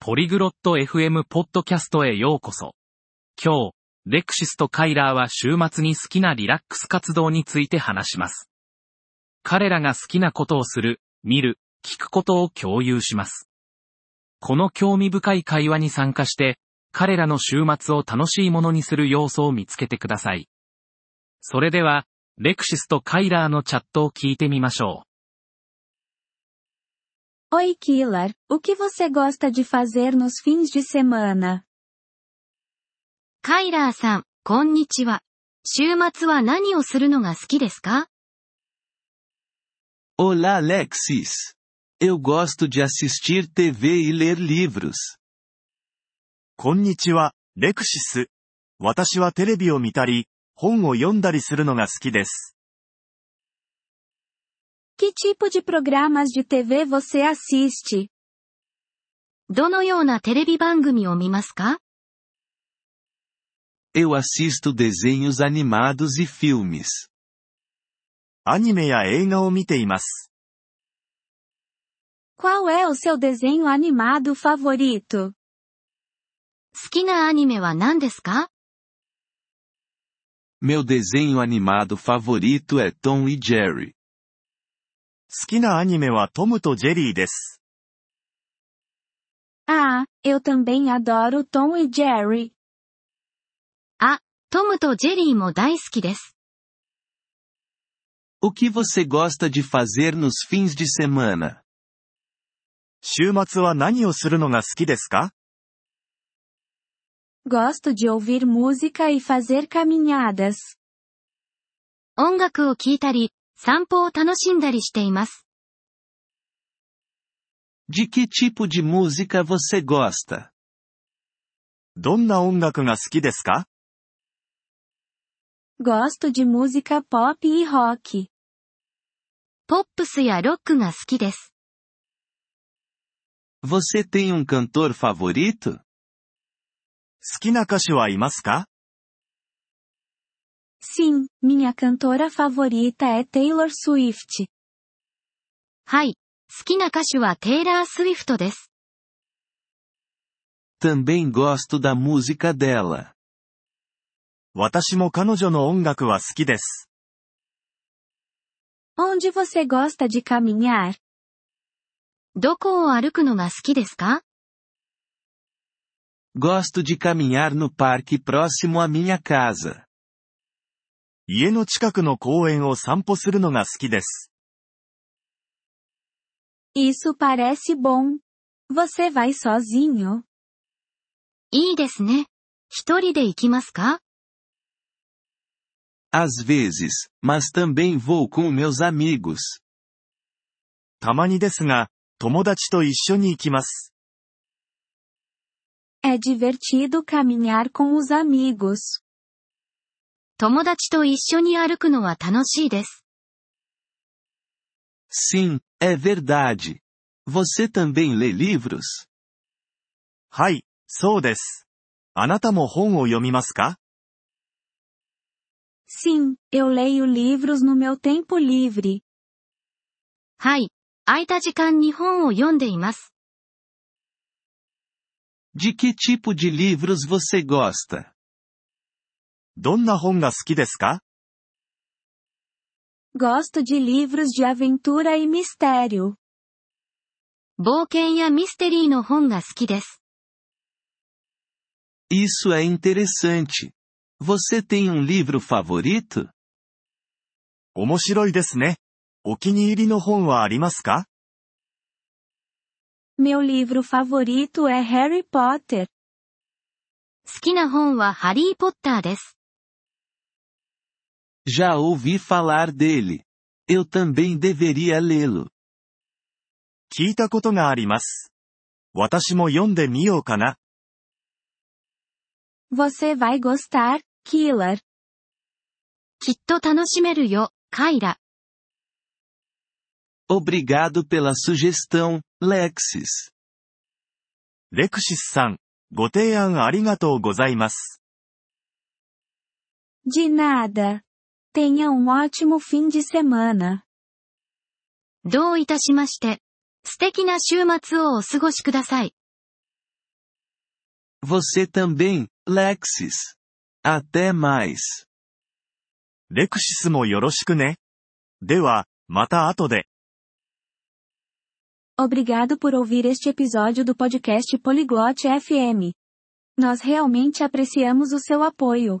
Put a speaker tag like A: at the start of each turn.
A: ポリグロット FM ポッドキャストへようこそ。今日、レクシスとカイラーは週末に好きなリラックス活動について話します。彼らが好きなことをする、見る、聞くことを共有します。この興味深い会話に参加して、彼らの週末を楽しいものにする要素を見つけてください。それでは、レクシスとカイラーのチャットを聞いてみましょう。
B: Oi, Killer. O que você gosta de fazer nos fins de semana?
C: カイラーさん、こんにちは。週末は何をするのが好きですか
D: Olá, Alexis. Eu gosto de assistir TV e ler livros.
E: こんにちは、レクシス。私はテレビを見たり、本を読んだりするのが好きです。
B: Que tipo de programas de TV você assiste?
C: どのようなテレビ番組を見ますか
D: Eu assisto desenhos animados e filmes.
E: アニメや映画を見ています。
B: Qual é o seu desenho animado favorito?
C: 好きなアニメは何ですか
D: Meu desenho animado favorito é Tom e Jerry.
E: 好きなアニメはトムとジェリーです。
B: Ah, eu também adoro Tom e Jerry. Ah,
C: トムとジェリーも大好きです。
D: O que você gosta de fazer nos fins de semana?
E: 週末は何をするのが好きですか
B: Gosto de ouvir música e fazer caminhadas.
C: 音楽を聴いたり、散歩を楽しんだりしています。
D: De que tipo de música você gosta?
E: どんな音楽が好きですか
B: Gosto de música pop e rock.
C: ポップスやロックが好きです。
D: Você tem um cantor favorito?
E: 好きな歌手はいますか
B: Sim, minha cantora favorita é Taylor Swift.
C: はい。好きな歌手はテイラー・スウィフトです。
D: Também gosto da música dela.
E: 私も彼女の音楽は好きです。
B: Onde você gosta de caminhar?
C: どこを歩くのが好きですか
D: Gosto de caminhar no parque próximo à minha casa.
E: 家の近くの公園を散歩するのが好きです。
B: Isso parece bom. Você vai sozinho?
C: いいですね。一人で行きますか
D: Às vezes, mas também vou com meus amigos.
E: たまにですが、友達と一緒に行きます。
B: É divertido caminhar com os amigos.
C: 友達と一緒に歩くのは楽しいです。
D: Sim, é verdade. Você também lê livros?
E: はい、そうです。あなたも本を読みますか
B: Sim, eu leio livros no meu tempo livre.
C: はい。空いた時間に本を読んでいます。
D: De que tipo de livros você gosta?
E: どんな本が好きですか
B: Gosto de livros de aventura e mistério.
C: 冒険やミステリーの本が好きです。
D: Isso é interessante. Você tem um livro favorito?
E: 面白いですね。お気に入りの本はありますか
B: Meu livro favorito é Harry Potter.
C: 好きな本はハリーポッターです。
D: Já ouvi falar dele. Eu também deveria lê-lo.
E: 聞いたことがあります。私も読んでみようかな。
B: Você vai gostar, Killer.
C: きっと楽しめるよ、カイラ。
D: Obrigado pela sugestão, Lexis.
E: レクシスさん、ご提案ありがとうございます。
B: De nada. Tenha um ótimo fim de semana.
C: どういたしまして。素敵な週末をお過ごしください。
D: Você também, Lexis. Até mais.
E: レクシスもよろしくね。では、また後で。
B: Obrigado por ouvir este episódio do podcast Poliglote FM. Nós realmente apreciamos o seu apoio.